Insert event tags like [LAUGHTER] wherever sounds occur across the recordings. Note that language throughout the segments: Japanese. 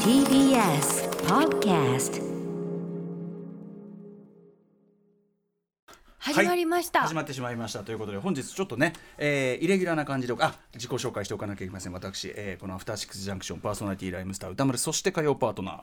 TBS Podcast 始まりました、始まってしまいましたということで本日ちょっとね、えー、イレギュラーな感じであ自己紹介しておかなきゃいけません私、えー、この「アフターシックスジャンクション」パーソナリティライムスター歌丸そして火曜パートナー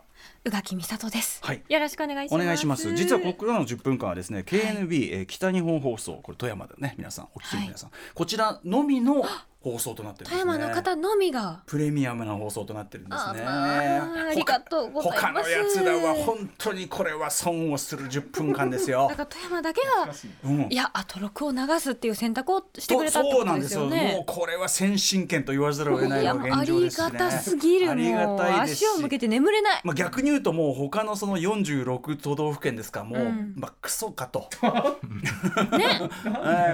宇垣美里です、はいよろしくお願いしますお願いします実はここからの10分間はですね KNB、えー北日本放送これ富山でね皆さんお聞きの皆さん、こちらのみの放送となってるんで富すね山の方のみがプレミアムな放送となってるんですね。あーありがとうございます他のやつらは本当にこれは損をする10分間ですよだ。から富山だけがうんいやアトロクを流すっていう選択をしてくとれたってそうこなとんでですすよよ、もうねこれは先進権と言わざるを得ないいやのもうがあ現状でりすねがたすぎるありがもうたいですし足を向けて眠れないまあ、逆に言うともう他のその46都道府県ですかもう、うんまあ、クソかと、ねえ [LAUGHS] え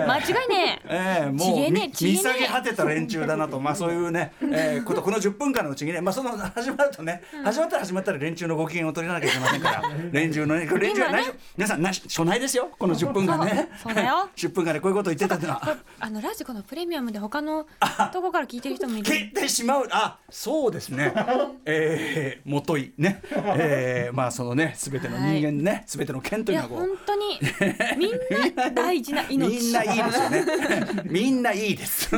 間違いねえええもちうげみね見ちげね下げ果てた連中だなと、まあ、そういうね、ええことこの10分間のうちにね、まあ、その始まるとね、始まったら始まったら連中のご機嫌を取りなきゃいけませんから連中のねこれ連中は内緒、皆さん内緒初内ですよこの10分間ねそうそうだ [LAUGHS] よ10分間でこういうこと言ってたってのは。 [LAUGHS] あのラジコのプレミアムで他のとこから聞いてる人 [LAUGHS] もい切っるてしまうあそうで [LAUGHS] すねえー、もといね、えー、まあそのね全ての人間ね、全ての剣といいうやのはこう本当 [LAUGHS] にみんな大事な命みんないいですよね [LAUGHS] みんないいです、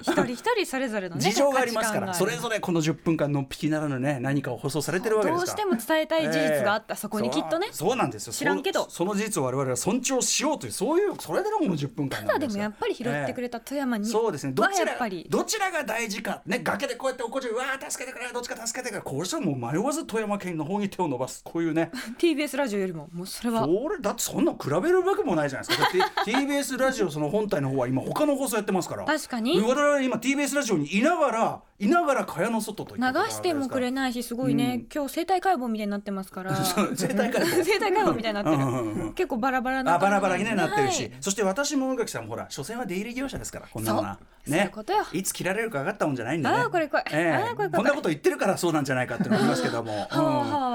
一人一人それぞれのね [LAUGHS] 事情がありますから価値そ観があれるぞれこの10分間のっぴきならぬね何かを放送されてるわけでどすうからしても伝えたい事実があった、そこにきっとねえーそうそうなんですよ知らんけどそその事実を我々は尊重しようというそういうそれでのこの10分間たなだんですもよやっぱり拾ってくれた富山に、そうですねどはちやらっぱりどちらが大事かね崖でこうやって怒っちゃううわー助けてくれどっちか助けてくれこうしたらもう迷わず富山県の方に手を伸ばすこういうね TBS ラジオよりももうそれはそれだってそんなの比べるわけもないじゃないですかだ [LAUGHS] って TBS ラジオその本体の方は今他の放送やってますから確かに我々は今 TBS ラジオにいながらいながら蚊帳の外と流してもくれなないしすごいね、うん今日生体解剖みたいになってます [LAUGHS] から絶対か [LAUGHS] ら生体解剖みたいになってる、うんうんうん結構バラバラなあバラバラに、ね、なってるし、はいそして私も宇垣さんもほら所詮は出入り業者ですからこんなのはそうそういうことよいつ切られるか上がったもんじゃないんでねあーこれこれええあーこれこれんなこと言ってるからそうなんじゃないかっていうのもありますけども、うんあ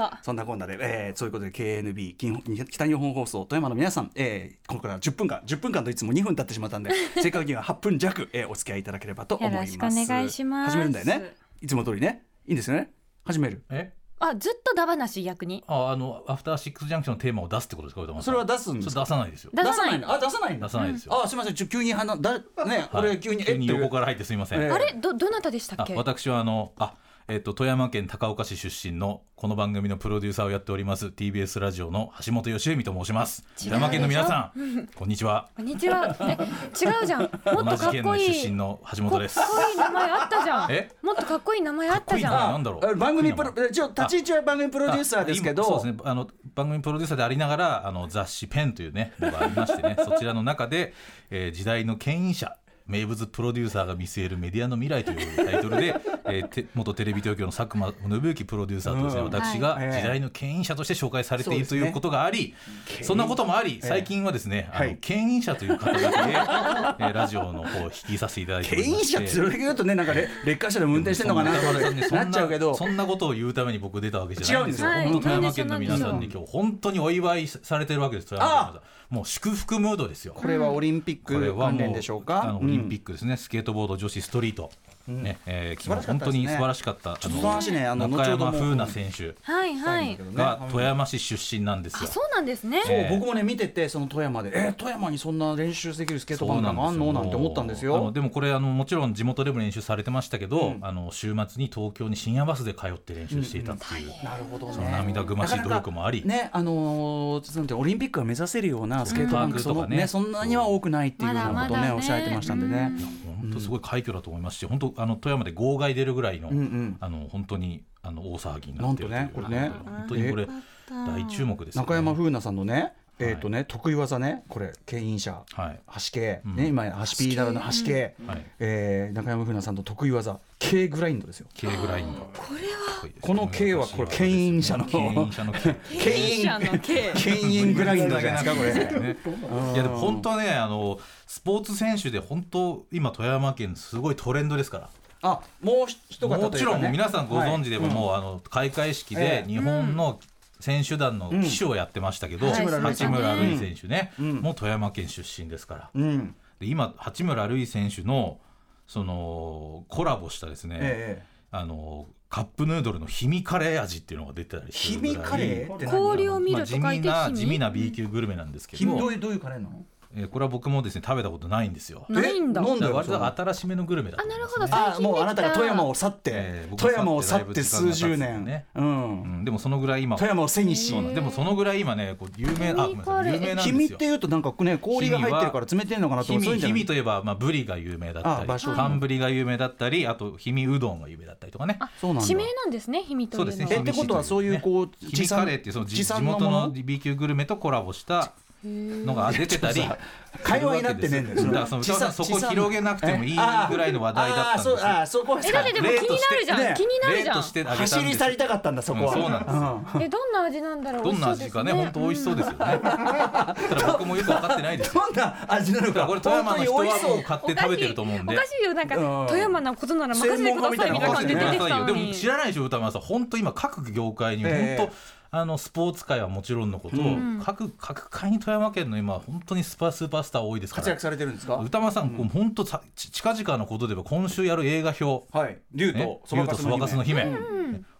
[LAUGHS] はあそんなこんなで、えーそういうことで KNB 金北日本放送富山の皆さん、えーここから10分間10分間といつも2分経ってしまったん [LAUGHS] で正確には8分弱、えーお付き合いいただければと思いますよろしくお願いします始めるんだよねいつも通りねいいんですよね始めるえあずっとダバなし逆にああのアフターシックスジャンクションのテーマを出すってことですか歌丸そさんれは出すんですそかれ出さないですよ出さないのあ出さないんだ出さないですよ、あすみませんちょ急に話だね、はい俺急に急えにっていう横から入ってすみません、ええあれどどなたでしたあっけ私はあのあえっと富山県高岡市出身のこの番組のプロデューサーをやっております TBS ラジオの橋本義文と申します違うでしょ富山県の皆さん [LAUGHS] こんにちはこんにちはえ違うじゃんも [LAUGHS] っと同かじっ県このい出身いの橋かっこ本いですい名前あったじゃんえもっとかっこいい名前あったじかゃんっこいい名前なんだろうあ番組プロ一応立ち位置は番組プロデューサーですけどあ今そうですねあの番組プロデューサーでありながらあの雑誌「ペンというねのがありまし [LAUGHS] てねそちらの中で、えー時代の牽引者名物プロデューサーが見据えるメディアの未来というタイトル [LAUGHS] で、えーて元テレビ東京の佐久間信之プロデューサーとですね、うん私がはいええ時代の牽引者として紹介されている、そとうですねいうことがありそんなこともあり最近はですね、はあいの牽引者という形で、 [LAUGHS] えーラジオの方を引きさせていただいてお牽りま引して者ってそれだけ言うとねなんか [LAUGHS] レレッカー車でも運転してんのかなってそんなそん [LAUGHS] ななっちゃうけどそんなことを言うために僕出たわけじゃないんですよ。違うんですよ本当富はい山県の皆さんに今日本当にお祝いされてるわけです。富山県の皆さんもう祝福ムードですよ。これはオリンピッこれクは関も連でしょうかあのオリンピックックですね、スケートボード女子ストリート、ねえー、晴昨らしか日っ本たで当すねに素晴らしかった、ちょっとその話ねあの中後山ほども風奈選手はいはいが富山市出身なんですあよ。そうなんですねそうええ僕もね見ててその富山でえ富山にそんな練習できるスケートそバうンなドんがあんのよなんて思ったんですあのよでもこれあのもちろん地元でも練習されてましたけど、あの週末に東京に深夜バスで通って練習していたっていう。なるほどその涙ぐましい努力もありなかなかねあのーなんてオリンピックが目指せるようなスケートバンクそパークとのかねねそんなには多くないっていうようなことをまだまだねねおっしゃられてましたんでね本当すごい快挙だと思いますし、本当あの富山で号外出るぐらいの、うんうんあの本当にあの大騒ぎになってるというなんとねこれね本当にこれ大注目ですよね。中山風奈さんのねえっとね得意技ねこれ牽引者はい端系、うんね今や端 P などの端系、はいえー中山風奈さんの得意技 K グラインドですよ K グラインド。これはこの K はこれ牽引者の牽引者の K。牽引者の K 牽引グラインドじゃないですかこれ [LAUGHS] ねいやでも本当ねあのスポーツ選手で本当今富山県すごいトレンドですから。あもう一方もとちいうか、ね、ろん皆さんご存知でも、はいもうあの開会式ええで日本の選手団の旗手をやってましたけど、うん八村塁八村塁選手ね、うんもう富山県出身ですから、うんうんで今八村塁選手のそのコラボしたですね、えあのカップヌードルの氷見カレー味っていうのが出てたりすひるぐらいみカレーって何氷を見まあると書い地て味な地味なビ B 級グルメなんですけひみどどう、いうどういうカレーなのえーこれは僕もですね食べたことないんですよ。えないんだなんだよ割それと新しめのグルメだと思いますねあなるほどあもうあなたが富山を去って、ええ僕が富山を去って数十だい年、ぶ時間が経つんでねうんうん、でもそのぐらい今富山を背にしそうなんでもそのぐらい今ねこう有名あごめんなさい有名なんひみですってよ。いうとなんかね氷が入ってるから冷てるのかなと氷思うそういうん見じゃ氷な見いといえば、まあ、ブリが有名だあった場所り寒ブリが有名だったりあと氷見うどんが有名だったりとかねそうなんだ地名なんですね、ひみというのは。そうですえねってことはそういうこう氷見カレーっていうその地地地産の元ものの B 級グルメとコラボしたのが出てたりちょっとさ会話になってねえんだよするわけでそすのだからそ地産のそこ広げなくてもいいえあーぐらいの話題だったんですあよーそうあーそこはえだってでも気になるじゃん、ね気になる例じゃとんしてあげたんです走り去りたかったんだそこは、うんそうなんですよえどんな味なんだろうどんな味かね本当美味しそうですよ [LAUGHS] ね、ただ僕もよく分かってないですどんな味なのだからかこれ富山の人本当に美味はしそもうう買って食べてると思うんでおかしいよなんかうん富山のことなら任せてくださいみたいな感じで出てきたのでにも知らないでしょ歌丸さん本当今各業界に本当、ええあのスポーツ界はもちろんのこと、ん各各界に富山県の今本当にスパスーパースター多いですか活ら躍されてるんですか歌丸さん、こう本当さち近々のことでは今週やる映画表はい竜とそば竜かとすその姫ばかすの姫」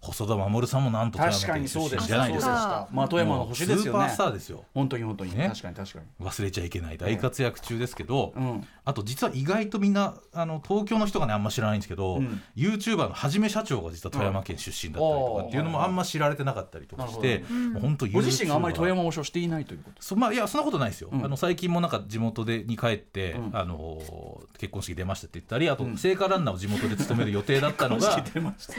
細田守さんもなんと富確山かに県そ出うで身すじゃないであすそうかかまあ富山の星ですスーよパねースターですよ本当に本当に、ね確かに確かに忘れちゃいけない大活躍中ですけど、うんあと実は意外とみんなあの東京の人がねあんま知らないんですけど、うん YouTuber のはじめ社長が実は富山県出身だったりとかっていうのうんもあんま知られてなかったりとかしなるて、もう本当ご自身があんまり富 YouTuber 山を所していないということそまあいやそんなことないですよ、うんあの最近もなんか地元でに帰って、うんあのー結婚式出ましたって言ったりあとん聖火ランナーを地元で務める予定だったの [LAUGHS] が出ました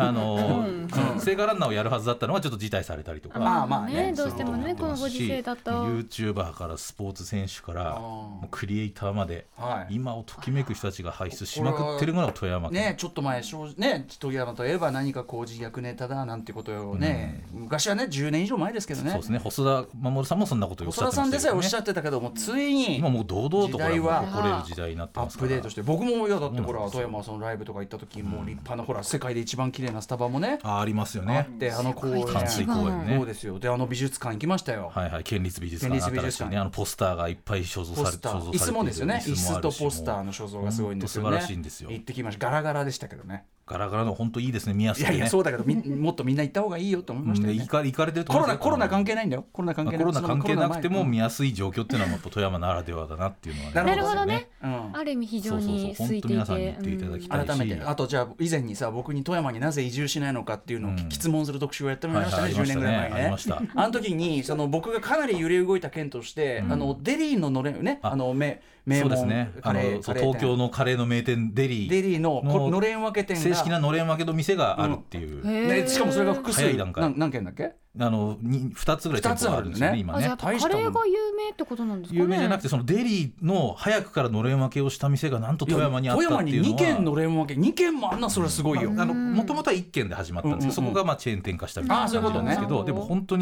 あのーうんその聖火ランナーをやるはずだったのがちょっと辞退されたりとか。まあまあねどうしてもねこのご時世だとユーチューバーからスポーツ選手からあーもうクリエイターまではい今をときめく人たちが輩出しまくってるのが富山県、ね、ちょっと前、正直ね、富山といえば何か工事役ネタだなんてことをね、昔はね、10年以上前ですけどね、そうですね細田守さんもそんなことをおっし細ゃっ田てさまんしでたさけえど、おっねし、ゃってたけども、ついに今もう堂々時とこれ代ははもう誇れる時代になってアますッかプらデートして、僕もよだって、ほそうなんら、です富よ山、そのライブとか行った時もう立派な、ほら、世界で一番綺麗なスタバもね、あありますよあねって、あの公園、関水公園ねそうですよ、で、あの美術館行きましたよ。はいはい県立美術館県立美新術しい館ねあのポスターがいっぱい所蔵ポされスてタ所ー、蔵椅さ子れてもですよね、椅椅子子もあるとしポスターの所蔵がすごいんですよね。ほんと素晴らしいんですよ行ってきました、ガラガラでしたけどね。ガラガラの本当いいですね宮い安やでいや、ねそうだけど、み [LAUGHS] もっとみんな行った方がいいよと思いましたようんね行。か行かれてるとコ思ロいナますよコロナ関係ないんだよ。コロナ関係ない。コロナ関係なくてもその見やすい状況っていうのはもう富山ならではだなっていうのはねなるほどねコロナ前うんある意味非常にそうそう空そういてい本当皆てさんに言っていただきたい改めて大事あとじゃあ以前にさ僕に富山になぜ移住しないのかっていうのをうん質問する特集をやってもらいましたね、はいはい10年ぐらい前ありにねましたありまあの時にその僕がかなり揺れ動いた件として、うんあのデリーののれんねああの名名そう門ですねカあレのーカそうレー店東京のカレーの名店デリーデリーのこののれん分け店が正式なのれん分けの店があるっていう、うんへえね、しかもそれが複早数い段階なん何件だっけあのに2つぐらい店舗があるんですよね二つ今あじゃあやねっ。ぱカレーが有名ってことなんですかね有名じゃなくてそのデリーの早くからのれん分けをした店がなんと富山にあったっていうの2は件のれん分け2件もあんなそれはすごいよ、あの元々は1軒で始まったんですけど、うんうんうんそこがまあチェーン展開したみたいあなそういう感ことじなんねですけど、でも本当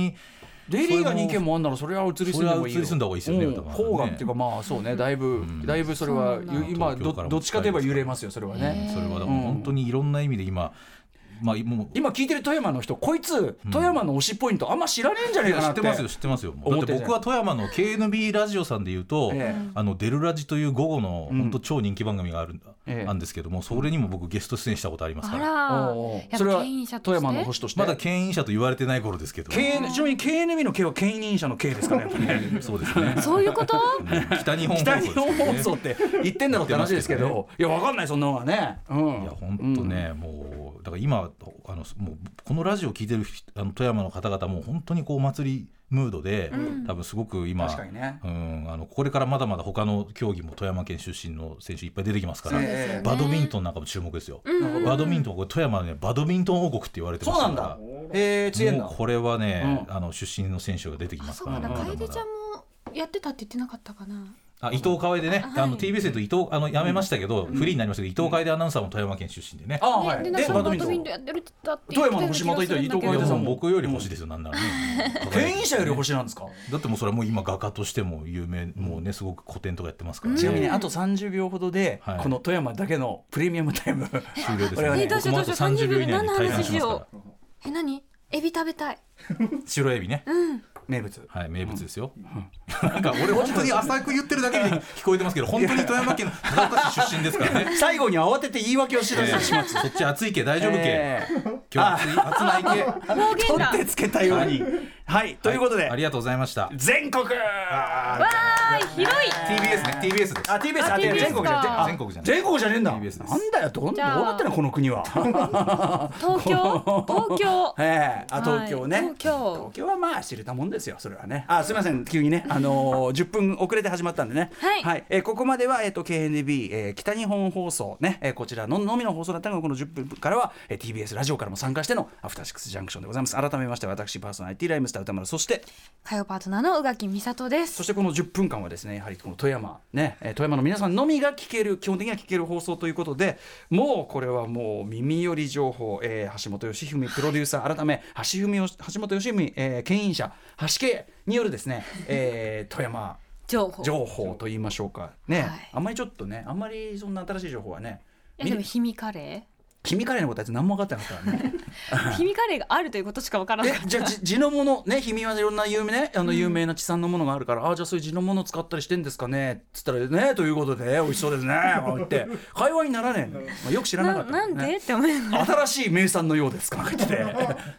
デリーが2件もあんならそれは移り住んでもいいよそれは移り住んだ方がいいですよねうん歌丸さんね郊外っていうかまあそうねだいぶ、んだいぶそれはそうなんだゆ今東京どからもどっちかといえば揺れますよそれはに、ね、それはだから本当にいろんな意味で今、まあ、もう今聞いてる富山の人こいつ富山の推しポイントあんま知らねえんじゃねえか知なっっててますよ知ってますよだ思っっててるじゃん僕は富山の KNB ラジオさんで言うと、ええあのデルラジという午後のうん本当超人気番組があるんだ、ええあんですけどもそれにも僕ゲスト出演したことありますあかららおうおうやっぱそれは牽引者と富して山の星としてまだ牽引者と言われてない頃ですけど KN ちなみに KNB の K は牽引者の K ですからやっぱねそうで [LAUGHS] すねそういうこと北日本放送北です日け本放送どねって言ってんだろって話ですけどいやわかんないそんなのはねうんいや本当ね、もうだから今あのもうこのラジオ聞いてる人あの富山の方々も本当にこうお祭りムードで、多分すごく今確かにねうん、あのこれからまだまだ他の競技も富山県出身の選手いっぱい出てきますから、そうですよねバドミントンなんかも注目ですよ、んうんバドミントンこれ富山はねバドミントン王国って言われてそまうすなかんだらえー、強いんもだうこれはね、うあの出身の選手が出てきますそかうらだねまだま楓ちゃんだもやってたって言ってなかったかなあ伊藤楓でね、はいあの TBS と伊藤あの辞めましたけど、フリーになりましたけど伊藤楓アナウンサーも富山県出身でね、ああはいでででババドドミミンントントンやってるって言って富山の星本いた伊藤い楓やさもんうも僕より星ですよ、なんならね。牽引者よりし星なんですかだってもうそれはもう今画家としても有名、もうねすごく古典とかやってますから、ね。ちなみにあと30秒ほどで、はいこの富山だけのプレミアムタイム終了ですこれはねね。どうしよう僕もあどうしとよう30秒以内に何の退話散ししますようかえ何エビ食べたいら。白エビね。うん名物はい、名物ですよ。なんか俺本当に浅く言ってるだけに聞こえてますけど、本当に富山県の高岡市出身ですからね。 [LAUGHS] 最後に慌てて言い訳をしえだーす始末そっち暑いけ大丈夫け。えー今日暑い暑ない [LAUGHS] け。方言取がってつけたようにはいということはでありがとうございました。全国わーい広い TBS ね、TBS です。あ TBS あ TBS 全国じゃかあ全国じゃない全国じゃねえんだ TBS ですなんだよどんどうじゃあなってんのこの国は東 [LAUGHS] 京東京ええあはい東京ね、東京東京はまあ知れたもんですよそれはねあすみません急にねあ [LAUGHS] のー10分遅れて始まったんでねはいえーここまではえっ、と KNB、えー北日本放送ね、えーこちらののみの放送だったのがこの10分からは、えー TBS ラジオからも参加してのアフターシックスジャンクションでございます改めまして私パーソナリティライムスター歌丸そして火曜パートナーの宇垣美里ですそしてこの10分間はですねやはりこの富山ね、えー富山の皆さんのみが聞ける基本的には聞ける放送ということでもうこれはもう耳寄り情報、えー橋本良文プロデューサー改め橋文よし橋本良文、えー、牽引者橋家によるですね、えー富山情報情報と言いましょうかね、はいあんまりちょっとねあんまりそんな新しい情報はねえでもひみカレ君カレーのことあいつ何も分かってなかったからねーひみカレーがあるということしかわからなえかったじゃあじ地のものね氷見はいろんな有名ねあの有名な地産のものがあるから、ああじゃあそういう地のもの使ったりしてんですかねつったらねということで美味しそうですねこう言って会話にならねえ、まあ、よく知らなかなったけどなね、んでって思います新しい名産のようですかなんか言ってて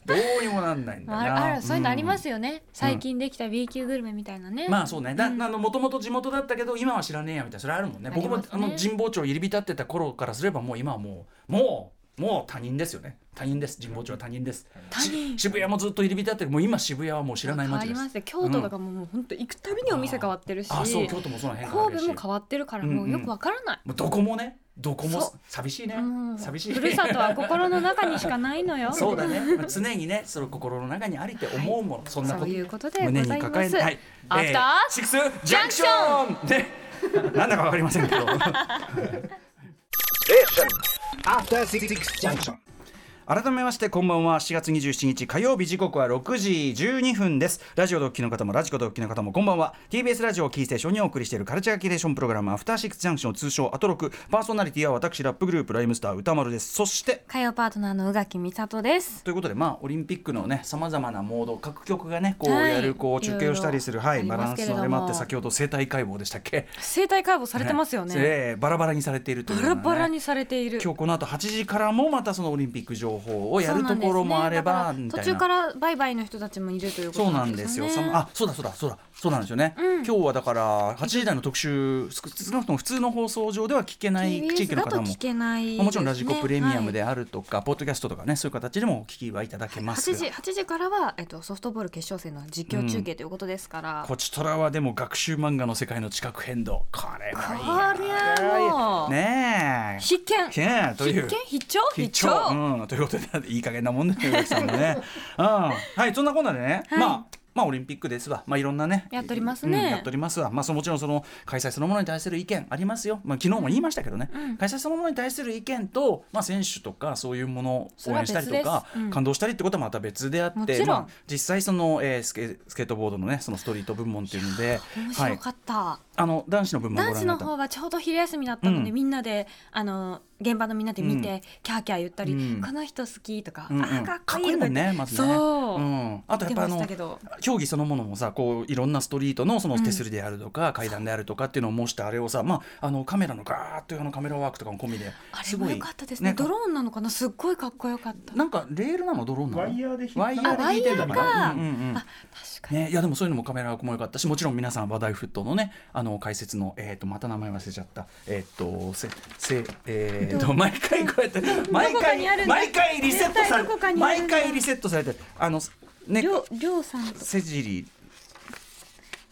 どうにもなんないんだあな、あらそういうのありますすよね最近できた B 級グルメみたいなねうんまあそうねだあのもともと地元だったけど今は知らねえやみたいなそれあるもんね僕もありますあねの神保町入り浸ってた頃からすればもう今はもうもうもう他人ですよね他人です神保町は他人です他人し渋谷もずっと入り浸ってるもう今渋谷はもう知らない変わ街りですますね京都とかももう本当行くたびにお店変わってるしあそう京神都もそうな変化がある戸しも変わってるからもうよくわからないもうどこもねどこもそう寂しいねもう寂しいふるさとは心の中にしかないのよ [LAUGHS] そうだねまあ常にねその心の中にありって思うもの、そんなそこういうとことでござ胸いますに抱えなはいアフターえシックスジャンクションで [LAUGHS] なんだかわかりませんけど After Six Junction. 改めましてこんばんは7月27日火曜日時刻は6時12分ですラジオドッキの方もラジコドッキの方もこんばんは TBS ラジオをキーステーションにお送りしているカルチャーキュレーションプログラムアフターシックスジャンクション通称アトロクパーソナリティは私ラップグループライムスター歌丸ですそして火曜パートナーの宇垣美里ですということで、まあ、オリンピックのね、さまざまなモード、各局がね、こうはいやる、こう中継をしたりする、はい、いろバいろラありまンすけれスどものあれもあって、先ほど生体解剖でしたっけ。生体解剖されてますよね [LAUGHS] ええバラバラにされているというバのラはねバラにされている今日この後8時からも、またそのオリンピック情報をやるところもあれば、そうなんみですねたいな。途中から売買の人たちもいるということそうななんんでですすよよ。ねさまあ、そうだそうだそうだそうなんですよね。うん今日はだから8時台の特集、少少なくとも普通の放送上では聞けない TBS 地域のだと方も。聞けないですねもちろんラジコプレミアムであるとか、ポッドキャストとかねそういう形でもお聞きはいただけます8時8時からは、えっと、ソフトボール決勝戦の実況中継ということですから、こちとらはでも学習漫画の世界の地殻変動これはいいこれはもうねえ必見けんとい必う見必聴必必聴聴うんということでいい加減なもんだよ、ね、さんも [LAUGHS] ね、うん、はいそんなこんなでね、はいまあまあオリンピックですわまあいろんなねやっとりますねうんやっとりますわまあそのもちろんその開催そのものに対する意見ありますよまあ昨日も言いましたけどね、開催そのものに対する意見とまあ選手とかそういうものを応援したりとそれはか別、ですうん感動したりってことはまた別であっもてちろんまあ、実際その、えースケスケートボードのねそのストリート部門っていうので面はい白かった、あの男子の部門ご男覧子になのった方はちょうど昼休みだったので、うんみんなであの現場のみんなで見て、うキャーキャー言ったり、うんこの人好きとか、うんうんあーかっこいいもとんか言ってねまずねそううん、あとやっぱ言ってまあしのたけど競技そのものもさこういろんなストリートのその手すりであるとか、階段であるとかっていうのを模したあれをさ、まあ、あのカメラのガーッというあのカメラワークとかも込みであれすもごい良かったですねドローンなのかなすっごいかっこよかったなんかレールなのドローンなのワイヤーで引いたワイヤーで引いてるのかあワイヤーなかうんうんうんあ確かに、ね、いやでもそういうのもカメラワークも良かったしもちろん皆さん話題沸騰のねあの解説の、えー、とまた名前忘れちゃったえっ、とせせ、えー、と毎回こうやって毎どこかにある回んだ毎回リセットされ絶対どこかにある毎んだ回リセットされてるあのねりょうりょうさんとセジリ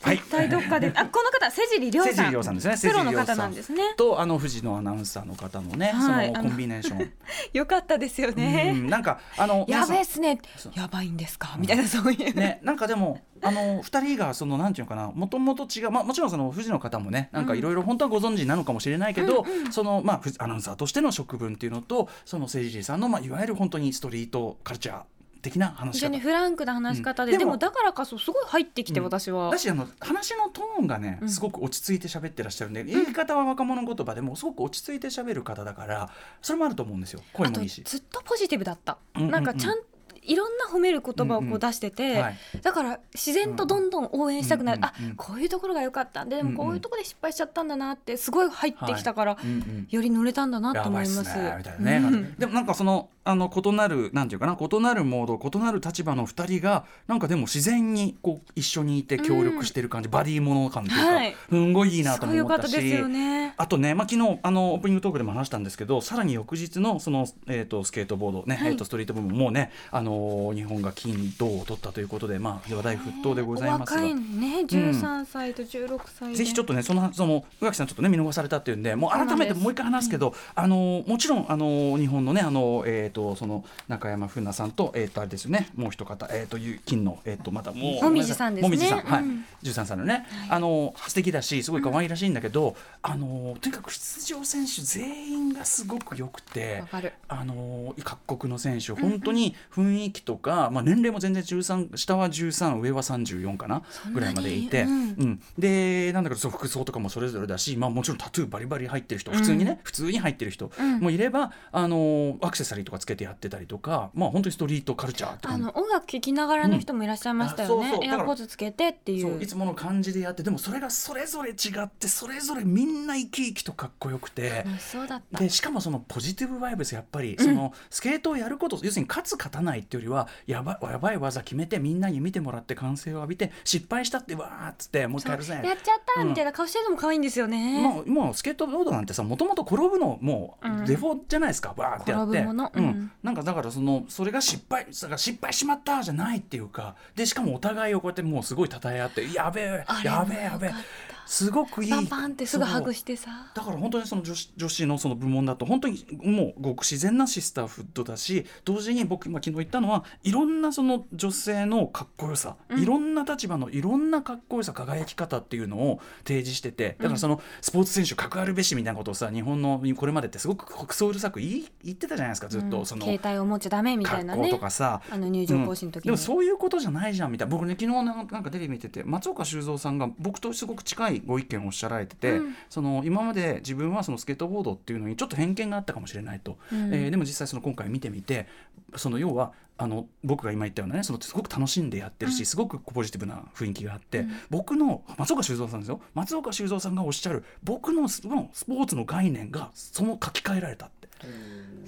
はい絶対どっかで、あこの方瀬尻亮セジさリん亮さんですねプロの瀬尻方亮さなんですねとあの藤野アナウンサーの方のね、はいそのコンビネーション、良かったですよ [LAUGHS] うねんなんかあのやべえ皆っさすねそうやばいんですかみたいなそういう、んね、なんかでもあの二人がそのなんていうのかなもともと違う、まあ、もちろんその藤野方もねなんかいろいろ本当はご存知なのかもしれないけど、そのまあ藤アナウンサーとしての職分っていうのとその政治さんの、まあ、いわゆる本当にストリートカルチャー的な話 [LAUGHS] 非し常方にフランクな話し方で、うんででももだからこそすごい入ってきて私は、だしあの話のトーンがねすごく落ち着いて喋ってらっしゃるんで、言い方は若者言葉でもすごく落ち着いて喋る方だからそれもあると思うんですよ声あもといいし。ずっとポジティブだった、うんうんうんなんかちゃんいろんな褒める言葉をこう出してて、うんうんはいだから自然とどんどん応援したくなる、うんうんうんあこういうところが良かったででもこういうところで失敗しちゃったんだなってすごい入ってきたから、うんうんより乗れたんだなとや思ばいいっますねす。みたいなね、でもなんかそのあの異なるなんていうかな異なるモード異なる立場の二人がなんかでも自然にこう一緒にいて協力してる感じ、バディもの感というか、はいすんごいいいなすごともい良思かっったたしですよね。あとね、まあ、昨日あのオープニングトークでも話したんですけどさらに翌日のその、えー、とスケートボード、ねはいえー、とストリート部門もうね、あのー日本が金銅を取ったということで、まあ、話題沸騰でございますおが若い。ね、十三歳と十六歳で、ぜひちょっとねそのその宇垣さんちょっとね見逃されたっていうんでもう改めてもう一回話すけど、あのもちろんあの日本のねあのえっ、とその中山ふなさんとえっ、とあれですよねもう一方えっ、という金のえっ、とまたもうもみじさんですねもみじさんはい、うん十三歳のね、あの素敵だしすごい可愛らしいんだけど、あのとにかく出場選手全員がすごく良くてわ。かる。あのー各国の選手、本当に雰囲気とか、まあ、年齢も全然13下は13上は34かななにぐらいまでいて、ううんんでなんだけどそう服装とかもそれぞれだし、まあ、もちろんタトゥーバリバリ入ってる人普通にね、普通に入ってる人うんもいれば、あのーアクセサリーとかつけてやってたりとか、まあ、本当にストリートカルチャーってあ感じの音楽聴きながらの人もいらっしゃいましたようんねあそう。そうエだアからポーズつけてっていそううい。つもの感じでやってでもそれがそれぞれ違ってそれぞれみんな生き生きとかっこよくて。楽しそうだった。でしかもそのポジティブバイブスやっぱりそのスケートをやること、要するに勝つ勝たないっていうよりはやばやばい技決めてみんなに見てもらって歓声を浴びて失敗したってわーっつってもう一回やるぜやっちゃったみたいな顔してるのも可愛いんですよね。もうもうスケートボードなんてさもともと転ぶのもうんうデフォじゃないですか、バーってやって転ぶものうんうんなんかだからそのそれが失敗だから失敗しまったじゃないっていうかでしかもお互いをこうやってもうすごい称え合ってやべえあれもやべえやべえよかっすごくいいパンパンってすぐハそうグしてさ。だから本当にその女子女子のその部門だと本当にもうごく自然なシスターフッドだし同時に僕今昨日言ったのはいろんなその女性のかっこよさ、いろんな立場のいろんなかっこよさ輝き方っていうのを提示しててだからそのスポーツ選手格あるべしみたいなことをさ日本のこれまでってすごく国葬うるさく言い言ってたじゃないですかずっうとんその携帯を持っちゃダメみたいな格好ねと。かさ、あの入場行進の時にでもそういうことじゃないじゃんみたいな僕ね昨日なんかテレビ見てて松岡修造さんが僕とすごく近いご意見をおっしゃられてて、うんその今まで自分はそのスケートボードっていうのにちょっと偏見があったかもしれないと、うんえーでも実際その今回見てみてその要はあの僕が今言ったようなねそのすごく楽しんでやってるし、すごくポジティブな雰囲気があって、僕の松岡修造さんですよ松岡修造さんがおっしゃる僕のスのスポーツの概念がその書き換えられたって。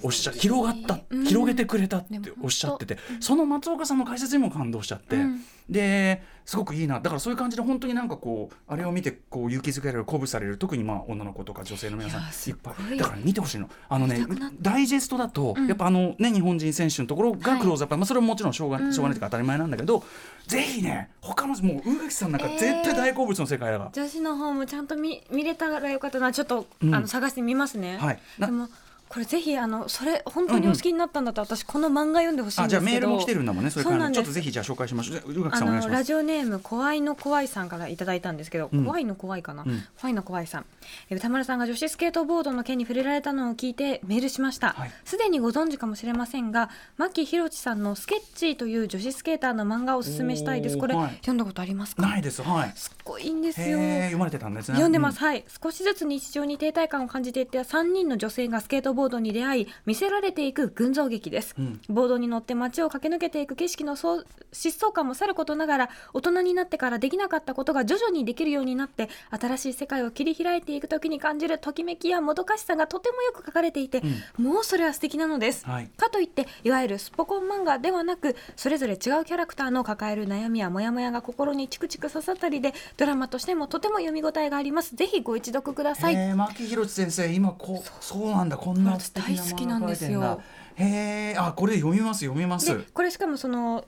おっしゃ広がった、うん広げてくれたってでもおっしゃってて、その松岡さんの解説にも感動しちゃって、うんですごくいいなだからそういう感じで本当になんかこうあれを見てこう勇気づけられる鼓舞される特にまあ女の子とか女性の皆さんいやすいっごいぱいだから見てほしいのあの見ねたくなったダイジェストだと、んやっぱあのね日本人選手のところがはいクローズアップ、まあ、それはもちろんしょうが,、んしょうがないというか当たり前なんだけどぜひね他のもう宇垣さんなんか絶対大好物の世界だから、女子の方もちゃんと見見れたらよかったなちょっと、うんあの探してみますね。はいなでもこれぜひあのそれ本当にお好きになったんだったら、私この漫画読んでほしいんあですじけゃど。あメールも来てるんだもんねそれからそうなんねでちすょっとぜひじゃあ紹介しましょうじゃあ宇垣あさんお願いしのまラす。ジオネーム怖いの怖いさんからいただいたんですけど、うん怖いの怖いかな、うん怖いの怖いさんえー歌丸さんが女子スケートボードの件に触れられたのを聞いてメールしましたはいすで、にご存知かもしれませんが牧博地さんの「スケッチー」という女子スケーターの漫画をおすすめしたいですこれ、おーはい読んだことありますかないですはいすっごいいいんですよへー読まれてたんですね読んでます、うはい少しずつ日常に停滞感を感じていって3人の女性がスケートボードに出会い見せられていく群像劇です、んボードに乗って街を駆け抜けていく景色のそう疾走感もさることながら大人になってからできなかったことが徐々にできるようになって新しい世界を切り開いていく時に感じるときめきやもどかしさがとてもよく書かれていて、もうそれは素敵なのです、はいかといっていわゆるスポコン漫画ではなくそれぞれ違うキャラクターの抱える悩みやモヤモヤが心にチクチク刺さったりでドラマとしてもとても読み応えがありますぜひご一読ください、へえ牧博先生今こうそうなんだこんな私大好きなんですよ素敵な漫画描いてんだへえあこれ読みます読みますでこれしかもその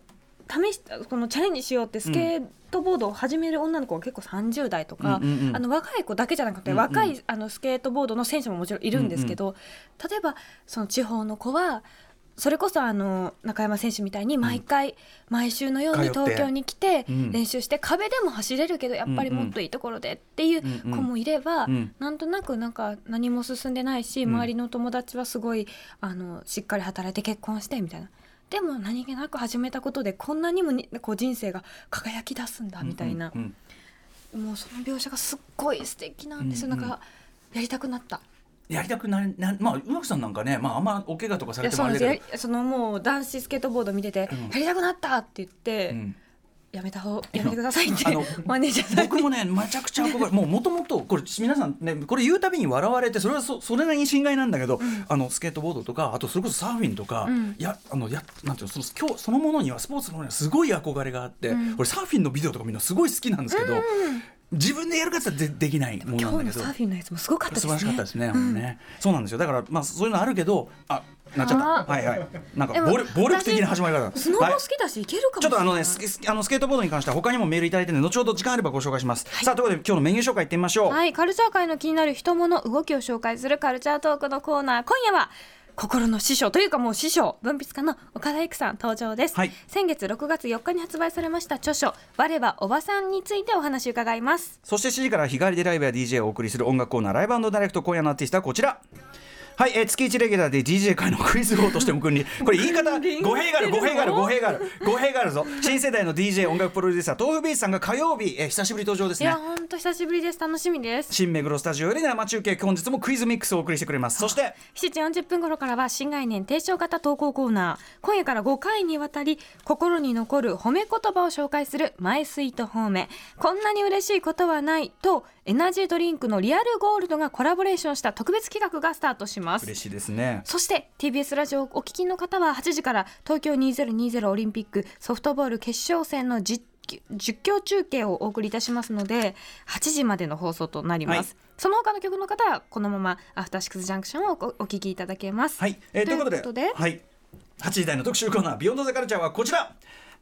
試しこのチャレンジしようってスケートボードを始める女の子が結構30代とか、うんうんうんあの若い子だけじゃなくて、うんうん若いあのスケートボードの選手ももちろんいるんですけど、例えばその地方の子はそれこそあの中山選手みたいに毎回、毎週のように通って東京に来てうん練習して壁でも走れるけどやっぱりもっといいところでっていう子もいれば、うんうんなんとなくなんか何も進んでないしん周りの友達はすごいあのしっかり働いて結婚してみたいな。でも何気なく始めたことでこんなにもにこう人生が輝き出すんだみたいな、うんうんもうその描写がすっごい素敵なんですよ、うんうんなんかやりたくなったやりたくなりなまあ宇垣さんなんかねまああんまお怪我とかさいれやてそもうなんあれでだすけよやそのもう男子スケートボード見てて、うんやりたくなったって言って、ど、うんやめた方やめてくださいってあのマネージャーさんに僕もねめちゃくちゃ憧れもうもともとこれ皆さんねこれ言うたびに笑われてそれはそそれなりに心外なんだけど、あのスケートボードとかあとそれこそサーフィンとか、うんやあのやなんていうのその今日そのものにはスポーツのものにはすごい憧れがあって、うん俺サーフィンのビデオとかみんなすごい好きなんですけど、自分でやるかってでできないもの今なん日のだけサどー。フィンのやつもすごかったです素晴ねらしかったですね,、ねそうなんですよだからまあそういうのあるけどあなっちゃあったーはいはいなんでかも暴力暴力的な始まり方スノーはいも好きだし、いけるかもしちれなょっいとあのねスケスケあのスケートボードに関しては他にもメールいただいてるので後ほど時間あればご紹介します、さあということで今日のメニュー紹介いってみましょう、はい、カルチャー界の気になる人物動きを紹介するカルチャートークのコーナー今夜は心の師匠というかもう師匠文筆家の岡田育さん登場です、はい先月6月4日に発売されました著書「我はおばさん」についてお話伺いますそして7時から日帰りでライブや DJ をお送りする音楽コーナーライブダイレクト今夜のアーティストはこちらはい、えー月1レギュラーで DJ 界のクイズ王としても君 [LAUGHS] にこれ言い方語弊がある語弊がある語弊がある語弊があるぞ新世代の DJ 音楽プロデューサー豆腐ビーツさんが火曜日、えー久しぶり登場ですいねやほんと久しぶりです楽しみです新目黒スタジオより生中継本日もクイズミックスをお送りしてくれますそして7時40分頃からは新概念提唱型投稿コーナー今夜から5回にわたり心に残る褒め言葉を紹介する「マイスイート褒め」こんなに嬉しいことはないとエナジードリンクのリアルゴールドがコラボレーションした特別企画がスタートします嬉しいですねそして TBS ラジオをお聞きの方は8時から東京2020オリンピックソフトボール決勝戦の実実況中継をお送りいたしますので8時までの放送となります、その他の曲の方はこのままアフターシックスジャンクションをおお聞きいただけますはい、えーとといいううここととでではい、8時台の特集コーナー「ビヨンドザカルチャーはこちら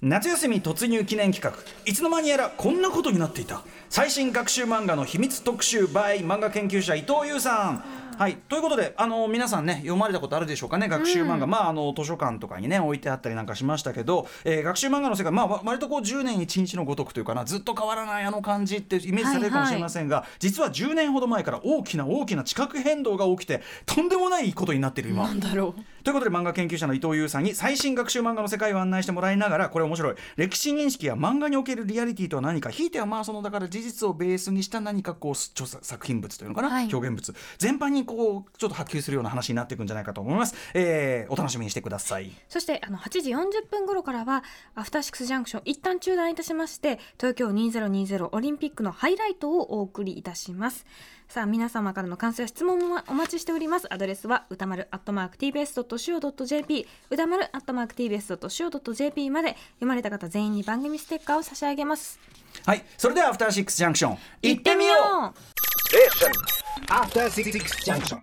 夏休み突入記念企画いつの間にやらこんなことになっていた最新学習漫画の秘密特集 by 漫画研究者伊藤優さん。はいということであの皆さんね読まれたことあるでしょうかね学習漫画、まああの図書館とかにね置いてあったりなんかしましたけど、えー学習漫画の世界まあわ割とこう10年1日のごとくというかなずっと変わらないあの感じってイメージされるかもしれませんがはいはいませんが実は10年ほど前から大きな大きな地殻変動が起きてとんでもないことになってる今。だろうということで漫画研究者の伊藤優さんに最新学習漫画の世界を案内してもらいながらこれ面白い歴史認識や漫画におけるリアリティとは何かひいてはまあそのだから事実をベースにした何かこう著作作品物というのかな、はい表現物全般にこうちょっと波及するような話になっていくんじゃないかと思います、えーお楽しみにしてください。そしてあの8時40分頃からはアフターシックスジャンクション一旦中断いたしまして東京2020オリンピックのハイライトをお送りいたしますさあ皆様からの感想や質問もお待ちしておりますアドレスは歌丸 tbs.co.jp 歌丸 tbs.co.jp まで読まれた方全員に番組ステッカーを差し上げますはいそれではアフターシックスジャンクション行ってみよう After Six Junction.